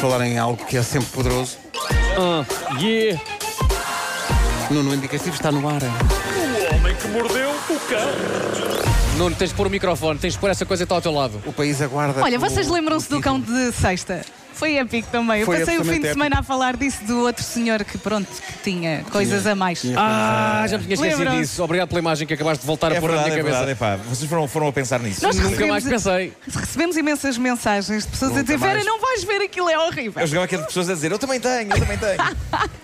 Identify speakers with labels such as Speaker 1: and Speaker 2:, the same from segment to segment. Speaker 1: falar em algo que é sempre poderoso.
Speaker 2: Ah, yeah.
Speaker 1: Nuno Indicativo está no ar.
Speaker 3: O homem que mordeu o cão.
Speaker 2: Nuno, tens de pôr o microfone, tens de pôr essa coisa que está ao teu lado.
Speaker 1: O país aguarda.
Speaker 4: Olha,
Speaker 1: o-
Speaker 4: vocês lembram-se do
Speaker 1: o título.
Speaker 4: cão de sexta? Foi épico também. Eu
Speaker 1: Foi
Speaker 4: passei o fim
Speaker 1: absolutamente
Speaker 4: de semana a falar disso do outro senhor que, pronto, que tinha coisas a mais.
Speaker 1: Tinha
Speaker 2: Ah, já me tinha esquecido
Speaker 4: Lembram-se?
Speaker 2: disso. Obrigado pela imagem que acabaste de voltar a
Speaker 5: É
Speaker 2: pôr na
Speaker 5: verdade,
Speaker 2: minha
Speaker 5: é
Speaker 2: cabeça.
Speaker 5: verdade, é pá. Vocês foram, foram a pensar nisso.
Speaker 4: Nós
Speaker 2: Nunca mais
Speaker 4: Recebemos-
Speaker 2: pensei.
Speaker 4: Recebemos imensas mensagens de pessoas a dizer:
Speaker 5: mais.
Speaker 4: Vera, não vais ver aquilo, é horrível.
Speaker 5: Eu jogava aqui de pessoas a dizer, eu também tenho, eu também tenho.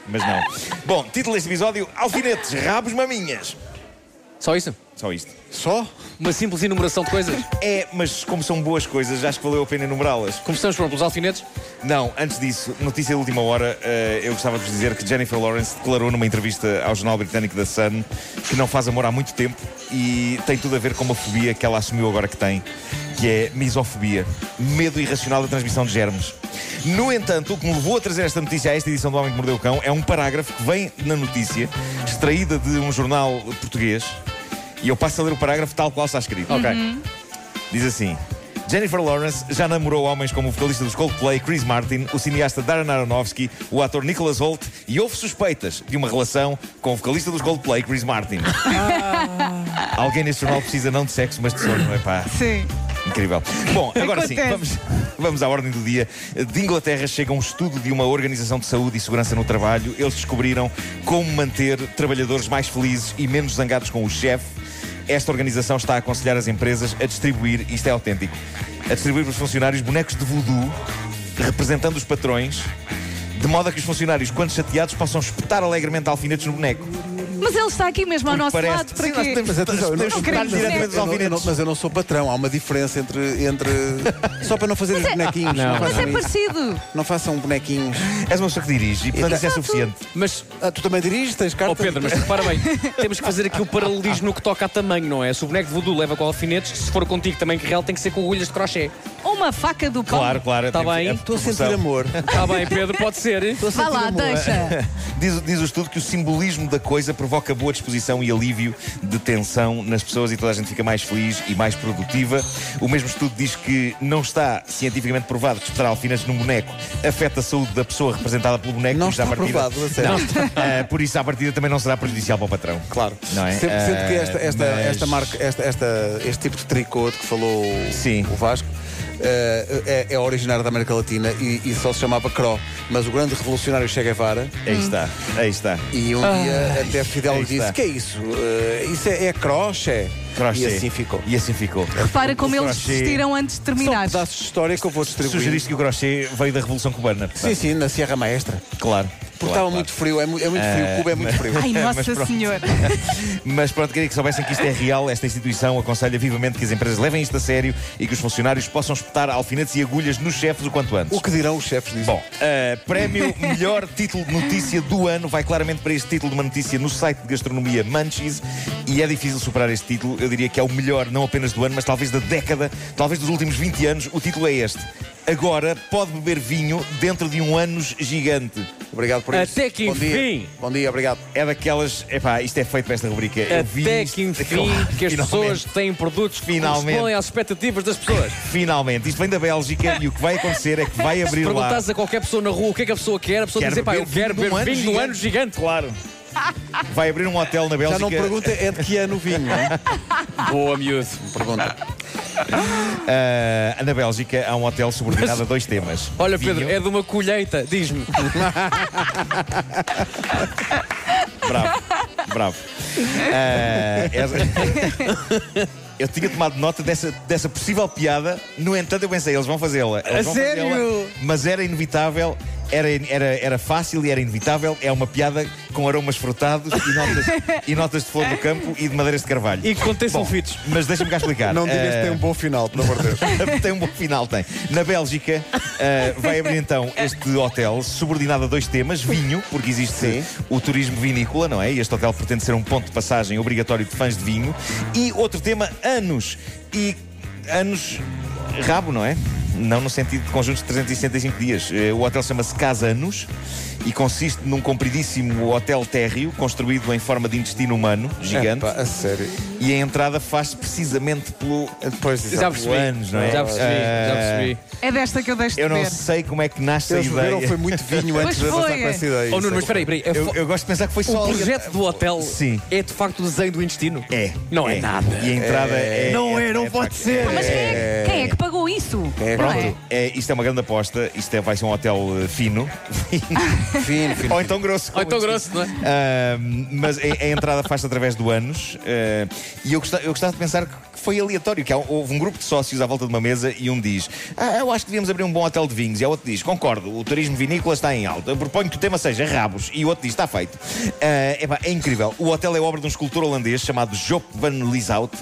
Speaker 5: Mas não. Bom, título deste episódio, alfinetes, rabos, maminhas.
Speaker 2: Só isso?
Speaker 5: Só isto.
Speaker 1: Só?
Speaker 2: Uma simples enumeração de coisas?
Speaker 5: É, mas como são boas coisas, acho que valeu a pena enumerá-las.
Speaker 2: Começamos por pelos alfinetes.
Speaker 5: Não, antes disso, notícia de última hora, eh, eu gostava de vos dizer que Jennifer Lawrence declarou numa entrevista ao jornal britânico The Sun que não faz amor há muito tempo e tem tudo a ver com uma fobia que ela assumiu agora que tem, que é misofobia, medo irracional da transmissão de germes. No entanto, o que me levou a trazer esta notícia a esta edição do Homem que Mordeu o Cão é um parágrafo que vem na notícia, extraída de um jornal português, e eu passo a ler o parágrafo tal qual está escrito.
Speaker 2: Ok.
Speaker 5: Diz assim: Jennifer Lawrence já namorou homens como o vocalista dos Coldplay Chris Martin, o cineasta Darren Aronofsky, o ator Nicholas Holt e houve suspeitas de uma relação com o vocalista dos Coldplay Chris Martin. Alguém neste jornal precisa não de sexo, mas de sono, é pá.
Speaker 4: Sim.
Speaker 5: Incrível. Bom, agora sim,
Speaker 4: Acontece.
Speaker 5: vamos, vamos à ordem do dia. De Inglaterra chega um estudo de uma organização de saúde e segurança no trabalho. Eles descobriram como manter trabalhadores mais felizes e menos zangados com o chefe. Esta organização está a aconselhar as empresas a distribuir, isto é autêntico, a distribuir para os funcionários bonecos de voodoo representando os patrões, de modo a que os funcionários, quando chateados, possam espetar alegremente alfinetes no boneco.
Speaker 4: Mas ele está aqui mesmo ao
Speaker 5: Porque
Speaker 4: nosso
Speaker 5: parece-
Speaker 4: lado, para
Speaker 5: Sim, nós
Speaker 4: quê?
Speaker 5: podemos-
Speaker 1: Mas atenção, eu não,
Speaker 5: Podemos
Speaker 1: eu
Speaker 4: espetar
Speaker 1: não-
Speaker 5: diretamente os
Speaker 1: eu não- eu não-
Speaker 5: alfinetes.
Speaker 1: mas eu não sou patrão, há uma diferença entre. entre só para não fazer os bonequinhos. Não,
Speaker 4: Mas
Speaker 1: façam
Speaker 4: é
Speaker 1: isso.
Speaker 4: parecido.
Speaker 1: não façam bonequinhos.
Speaker 5: És uma pessoa que dirige e, portanto, isso é suficiente.
Speaker 2: Mas,
Speaker 1: Ah, tu também diriges, tens carta?
Speaker 2: oh Pedro, mas repara bem, temos que fazer aqui o paralelismo no que toca a tamanho, não é? Se o boneco de voodoo leva com alfinetes, se for contigo também que real, tem que ser com agulhas de crochê.
Speaker 4: Uma faca do pão.
Speaker 5: Claro, claro.
Speaker 2: Tá
Speaker 5: temos-
Speaker 2: bem.
Speaker 5: é
Speaker 1: Estou a sentir
Speaker 5: promoção.
Speaker 1: amor.
Speaker 2: Está Tá bem, Pedro, pode ser.
Speaker 1: Estou a
Speaker 4: Vá
Speaker 1: sentir
Speaker 4: lá,
Speaker 1: amor.
Speaker 4: deixa.
Speaker 5: Diz, diz o estudo que o simbolismo da coisa provoca boa disposição e alívio de tensão nas pessoas e toda a gente fica mais feliz e mais produtiva. O mesmo estudo diz que não está cientificamente provado que espetar alfinas num boneco afeta a saúde da pessoa representada pelo boneco.
Speaker 1: Não
Speaker 5: por isso,
Speaker 1: está
Speaker 5: à partida-
Speaker 1: provado, a sério.
Speaker 5: Não. Ah, por isso, à partida, também não será prejudicial para o patrão.
Speaker 1: Claro.
Speaker 5: Não é?
Speaker 1: Sempre- Sendo que esta,
Speaker 5: Ah,
Speaker 1: esta,
Speaker 5: mas-
Speaker 1: esta marca, esta, esta- este tipo de tricô de que falou o-
Speaker 5: Sim.
Speaker 1: o Vasco. eh, é, é originário da América Latina e, e só se chamava Cro, mas o grande revolucionário Che Guevara
Speaker 5: Aí está, aí está.
Speaker 1: e um dia até Fidel
Speaker 5: aí
Speaker 1: disse
Speaker 5: está.
Speaker 1: que é isso? Eh, isso é, é crochê?
Speaker 5: Crochê.
Speaker 1: E assim ficou.
Speaker 5: E assim ficou.
Speaker 4: Repara como
Speaker 5: O
Speaker 4: eles
Speaker 5: crochê-
Speaker 4: vestiram antes de
Speaker 5: um
Speaker 1: São
Speaker 4: terminar.
Speaker 1: pedaços de história que eu vou distribuir.
Speaker 5: Sugeriste que o crochê veio da Revolução Cubana. portanto.
Speaker 1: Sim, sim, na Sierra Maestra.
Speaker 5: Claro.
Speaker 1: Porque
Speaker 5: claro, Eh,
Speaker 1: estava muito frio, é, mu- é muito frio, Cuba é muito frio.
Speaker 4: Ai,
Speaker 5: Mas
Speaker 4: Nossa
Speaker 5: pronto.
Speaker 4: Senhora.
Speaker 5: Mas pronto, queria que soubessem que isto é real. Esta instituição aconselha vivamente que as empresas levem isto a sério e que os funcionários possam espetar alfinetes e agulhas nos chefes o quanto antes.
Speaker 1: O que dirão os chefes disso?
Speaker 5: Bom, uh, prémio melhor título de notícia do ano vai claramente para este título de uma notícia no site de gastronomia Munchies e é difícil superar este título. Eu diria que é o melhor não apenas do ano, mas talvez da década, talvez dos últimos 20 anos. O título é este. Agora pode beber vinho dentro de um anos gigante.
Speaker 1: obrigado por isso.
Speaker 2: Até que
Speaker 1: Bom dia.
Speaker 2: enfim.
Speaker 1: Bom dia, obrigado.
Speaker 5: É daquelas. Epá, isto é feito para esta rubrica. Eu vi
Speaker 2: Até
Speaker 5: isto-
Speaker 2: que enfim que as
Speaker 5: Finalmente.
Speaker 2: pessoas têm produtos que
Speaker 5: Finalmente.
Speaker 2: correspondem às expectativas das pessoas.
Speaker 5: Finalmente, isto vem da Bélgica e o que vai acontecer é que vai abrir lá.
Speaker 2: Perguntas a qualquer pessoa na rua o que é que a pessoa quer, a pessoa
Speaker 5: Quero
Speaker 2: diz, pá, eu
Speaker 5: beber
Speaker 2: quero
Speaker 5: vinho
Speaker 2: beber
Speaker 5: num ano
Speaker 2: vinho num
Speaker 5: gigante."
Speaker 2: ano gigante.
Speaker 5: Claro. Vai abrir um hotel na
Speaker 1: Já
Speaker 5: Bélgica.
Speaker 1: não pergunta é de que ano o vinho, não é?
Speaker 2: Boa, miúdo.
Speaker 1: Pergunta.
Speaker 5: Ah, na Bélgica há um hotel subordinado a dois temas.
Speaker 2: Olha,
Speaker 5: Vinho,
Speaker 2: Pedro, é de uma colheita, diz-me.
Speaker 5: Bravo, bravo. Ah, é- Eu tinha tomado nota dessa, dessa possível piada, no entanto, eu pensei, eles vão fazê-la. eles
Speaker 2: A
Speaker 5: vão fazê-la,
Speaker 2: sério?
Speaker 5: mas era inevitável, era, era, era fácil e era inevitável. É uma piada com aromas frutados e notas, e notas de flor do campo e de madeiras de carvalho.
Speaker 2: E um que contém sulfitos.
Speaker 5: Mas deixa-me cá explicar.
Speaker 1: Não digas
Speaker 5: Ah,
Speaker 1: que tem um bom final, pelo amor de Deus.
Speaker 5: tem um bom final, tem. Na Bélgica uh, vai abrir então este hotel subordinado a dois temas: vinho, porque existe
Speaker 1: Sim.
Speaker 5: o turismo vinícola, não é? E este hotel pretende ser um ponto de passagem obrigatório de fãs de vinho. E outro tema: anos. E anos. Rabo, não é? Não no sentido de conjuntos de 365 dias. Eh, O hotel chama-se Casa Anos e consiste num compridíssimo hotel térreo construído em forma de intestino humano, gigante.
Speaker 1: Epá, a sério.
Speaker 5: E a entrada faz precisamente pelo.
Speaker 1: Pois,
Speaker 2: Já
Speaker 1: exato.
Speaker 2: percebi.
Speaker 5: anos, não é?
Speaker 2: Já percebi, já percebi.
Speaker 4: É desta que eu deixo
Speaker 5: Eu
Speaker 4: de
Speaker 5: não
Speaker 4: ver.
Speaker 5: sei como é que nasce
Speaker 1: Eles
Speaker 5: a ideia.
Speaker 1: beberam foi muito vinho antes de
Speaker 4: Pois
Speaker 1: avançar
Speaker 4: foi.
Speaker 1: com essa ideia.
Speaker 2: Oh, Nuno, mas espera aí, espera aí. É
Speaker 5: Eu,
Speaker 2: fo-
Speaker 5: eu gosto de pensar que foi só.
Speaker 2: O
Speaker 5: ali-
Speaker 2: projeto do hotel
Speaker 5: Sim.
Speaker 2: é de facto o desenho do intestino?
Speaker 5: É.
Speaker 2: Não é, nada.
Speaker 5: E a entrada é.
Speaker 6: Não é, não
Speaker 5: de
Speaker 6: pode
Speaker 5: facto,
Speaker 6: ser.
Speaker 4: Ah, mas quem é, quem é que pagou isso?
Speaker 1: É,
Speaker 4: Não
Speaker 5: Pronto,
Speaker 4: é?
Speaker 5: é, isto é uma grande aposta. Isto é, vai ser um hotel eh, fino.
Speaker 1: Fino, fino.
Speaker 5: Ou então grosso.
Speaker 2: Ou então grosso, não é?
Speaker 5: Ah, mas a, a entrada faz-se através do anos. ah, e eu gostava, eu gostava de pensar que foi aleatório, que há- houve um grupo de sócios à volta de uma mesa e um diz: Ah, eu acho que devíamos abrir um bom hotel de vinhos. E o outro diz: Concordo, o turismo vinícola está em alta. Eu proponho que o tema seja rabos. E o outro diz: Está feito. Ah, epá, é incrível. O hotel é obra de um escultor holandês chamado Joop van Lieshout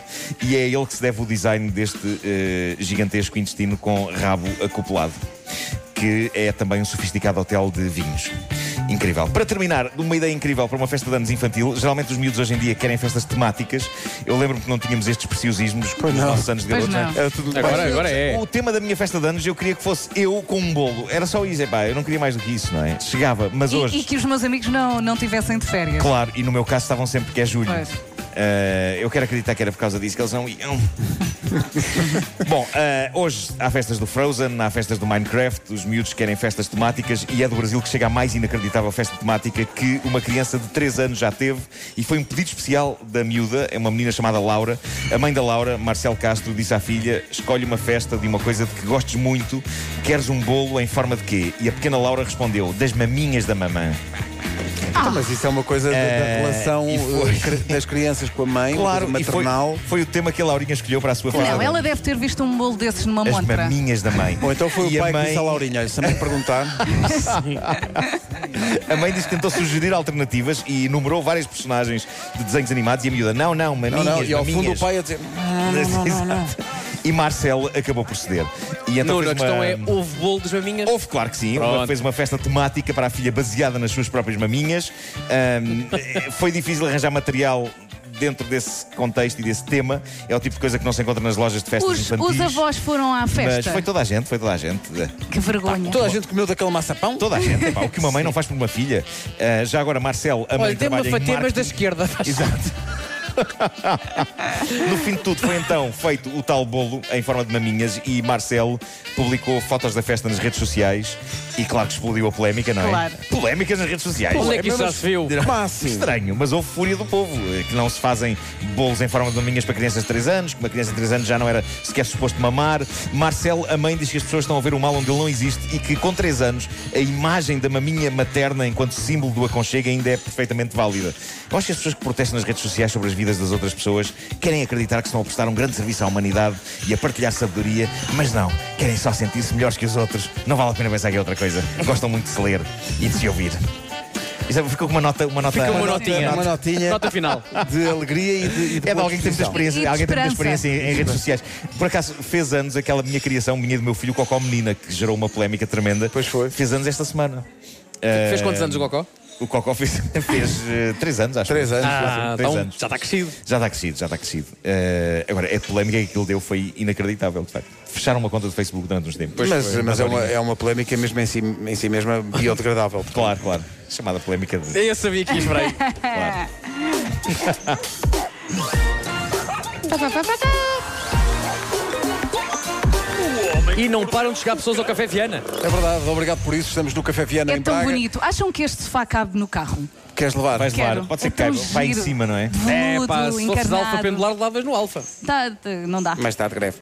Speaker 5: e é a ele que se deve o design deste eh, gigantesco intestino com rabo acoplado que é também um sofisticado hotel de vinhos. Incrível. Para terminar, uma ideia incrível para uma festa de anos infantil. Geralmente os miúdos hoje em dia querem festas temáticas. Eu lembro-me que não tínhamos estes preciosismos com os nossos anos de
Speaker 4: Pois
Speaker 5: garotos.
Speaker 4: não.
Speaker 5: né?
Speaker 1: Era tudo
Speaker 2: Agora, agora é.
Speaker 5: O tema da minha festa de anos eu queria que fosse eu com um bolo. Era só isso, epá, eu não queria mais do que isso, não é? Chegava, mas hoje.
Speaker 4: E, e que os meus amigos não, não tivessem de férias.
Speaker 5: Claro, e no meu caso estavam sempre que é julho.
Speaker 4: Pois.
Speaker 5: Eh, eu quero acreditar que era por causa disso que eles não iam. Bom, eh, hoje há festas do Frozen, há festas do Minecraft, os miúdos querem festas temáticas e é do Brasil que chega a mais inacreditável festa temática que uma criança de 3 anos já teve e foi um pedido especial da miúda, é uma menina chamada Laura. A mãe da Laura, Marcel Castro, disse à filha: escolhe uma festa de uma coisa de que gostes muito, queres um bolo em forma de quê? E a pequena Laura respondeu: das maminhas da mamã.
Speaker 1: Ah, mas isso é uma coisa da- da
Speaker 5: Eh,
Speaker 1: relação
Speaker 5: e foi.
Speaker 1: eh, cri- das crianças com a mãe,
Speaker 5: Claro,
Speaker 1: uma
Speaker 5: e
Speaker 1: coisa
Speaker 5: foi,
Speaker 1: maternal.
Speaker 5: foi o tema que a Laurinha escolheu para a sua festa.
Speaker 4: Não, ela deve ter visto um bolo desses numa
Speaker 5: As
Speaker 4: montra.
Speaker 5: maminhas da mãe.
Speaker 1: Ou então foi
Speaker 5: E
Speaker 1: o
Speaker 5: a
Speaker 1: pai que
Speaker 5: mãe-
Speaker 1: disse à Laurinha, olha, se a mãe perguntar,
Speaker 5: A mãe disse que tentou sugerir alternativas e enumerou várias personagens de desenhos animados e a miúda, não, não,
Speaker 1: não,
Speaker 5: maminhas,
Speaker 1: não, e ao
Speaker 5: maminhas.
Speaker 1: fundo o pai a dizer, "Hum,
Speaker 5: Exato. E Marcelo acabou por ceder. E então
Speaker 2: Nuno,
Speaker 5: fez
Speaker 2: a questão
Speaker 5: uma-
Speaker 2: é: houve bolo das maminhas?
Speaker 5: Houve, claro que sim.
Speaker 2: Pronto.
Speaker 5: Uma- Fez uma festa temática para a filha baseada nas suas próprias maminhas. Ahm, eh, foi difícil arranjar material dentro desse contexto e desse tema. É o tipo de coisa que não se encontra nas lojas de festas
Speaker 4: Os,
Speaker 5: infantis.
Speaker 4: os avós foram à
Speaker 5: Mas
Speaker 4: festa.
Speaker 5: foi toda a gente, foi toda a gente.
Speaker 4: Que vergonha.
Speaker 1: toda a gente comeu daquele maçapão?
Speaker 5: Toda a gente, pá, o que uma mãe não faz por uma filha. Ah, já agora, Marcelo, a mãe
Speaker 2: Olha, tem uma
Speaker 5: trabalha em
Speaker 2: fatia, mas
Speaker 5: marketing.
Speaker 2: da esquerda.
Speaker 5: Exato. No fim de tudo foi então feito o tal bolo em forma de maminhas e Marcelo publicou fotos da festa nas redes sociais e claro que explodiu a polémica, não é?
Speaker 4: Claro.
Speaker 5: Polémicas nas redes sociais.
Speaker 2: Onde é
Speaker 1: É
Speaker 2: que isso já
Speaker 1: mesmo-
Speaker 2: se viu?
Speaker 1: Mas sim.
Speaker 5: Estranho, mas houve fúria do povo, eh, que não se fazem bolos em forma de maminhas para crianças de 3 anos, que uma criança de 3 anos já não era sequer suposto mamar. Marcelo, a mãe, diz que as pessoas estão a ver o mal onde ele não existe e que com 3 anos a imagem da maminha materna enquanto símbolo do aconchego ainda é perfeitamente válida. Eu acho que as pessoas que protestam nas redes sociais sobre as vidas das outras pessoas querem acreditar que estão a prestar um grande serviço à humanidade e a partilhar sabedoria, mas não, querem só sentir-se melhores que os outros. Não vale a pena pensar que é outra coisa. Gostam muito de se ler e de se ouvir. E sabe, ficou com uma nota, uma nota,
Speaker 2: Fica uma
Speaker 1: É
Speaker 2: notinha.
Speaker 1: uma notinha
Speaker 2: Nota final.
Speaker 1: de alegria e de, e de
Speaker 5: é de
Speaker 1: boa
Speaker 5: alguém que tem muita
Speaker 1: disposição.
Speaker 5: experiência,
Speaker 4: E de
Speaker 5: alguém tem muita
Speaker 4: esperança.
Speaker 5: experiência em, em redes sociais. Por acaso fez anos aquela minha criação, minha e do meu filho Cocó Menina, que gerou uma polémica tremenda.
Speaker 1: Pois foi.
Speaker 5: Fez anos esta semana.
Speaker 2: é
Speaker 5: Ah,
Speaker 2: Fez quantos anos o Gocó?
Speaker 5: O Cocó fez, fez eh, três anos, acho.
Speaker 1: Três anos.
Speaker 2: Ah,
Speaker 5: três
Speaker 2: então,
Speaker 5: anos.
Speaker 2: já está crescido.
Speaker 5: Já está crescido, já está crescido. Eh, agora, a polémica que aquilo deu foi inacreditável, de facto. Fecharam uma conta do Facebook durante uns tempos.
Speaker 1: mas
Speaker 5: Foi
Speaker 1: mas é, uma,
Speaker 5: horrível.
Speaker 1: é uma polémica mesmo em si, em si mesma biodegradável.
Speaker 5: Claro, claro. Chamada polémica de.
Speaker 2: Eu sabia que ia para aí.
Speaker 5: Claro.
Speaker 4: Pá, pá, pá, pá, pá.
Speaker 2: E não param de chegar pessoas ao Café Viana.
Speaker 1: É verdade, obrigado por isso. Estamos no Café Viana
Speaker 4: É
Speaker 1: em
Speaker 4: tão
Speaker 1: Braga.
Speaker 4: bonito. Acham que este sofá cabe no carro?
Speaker 1: Queres levar?
Speaker 5: Vais
Speaker 4: Quero.
Speaker 5: levar. Pode ser que
Speaker 4: É tão
Speaker 5: caiba. Vai em
Speaker 4: giro.
Speaker 5: cima, não é?
Speaker 4: Veludo,
Speaker 2: É pá, se fosses
Speaker 4: encarnado.
Speaker 2: alfa pendular, lavas no alfa.
Speaker 4: Tá, tá, não dá.
Speaker 1: Mas está de greve.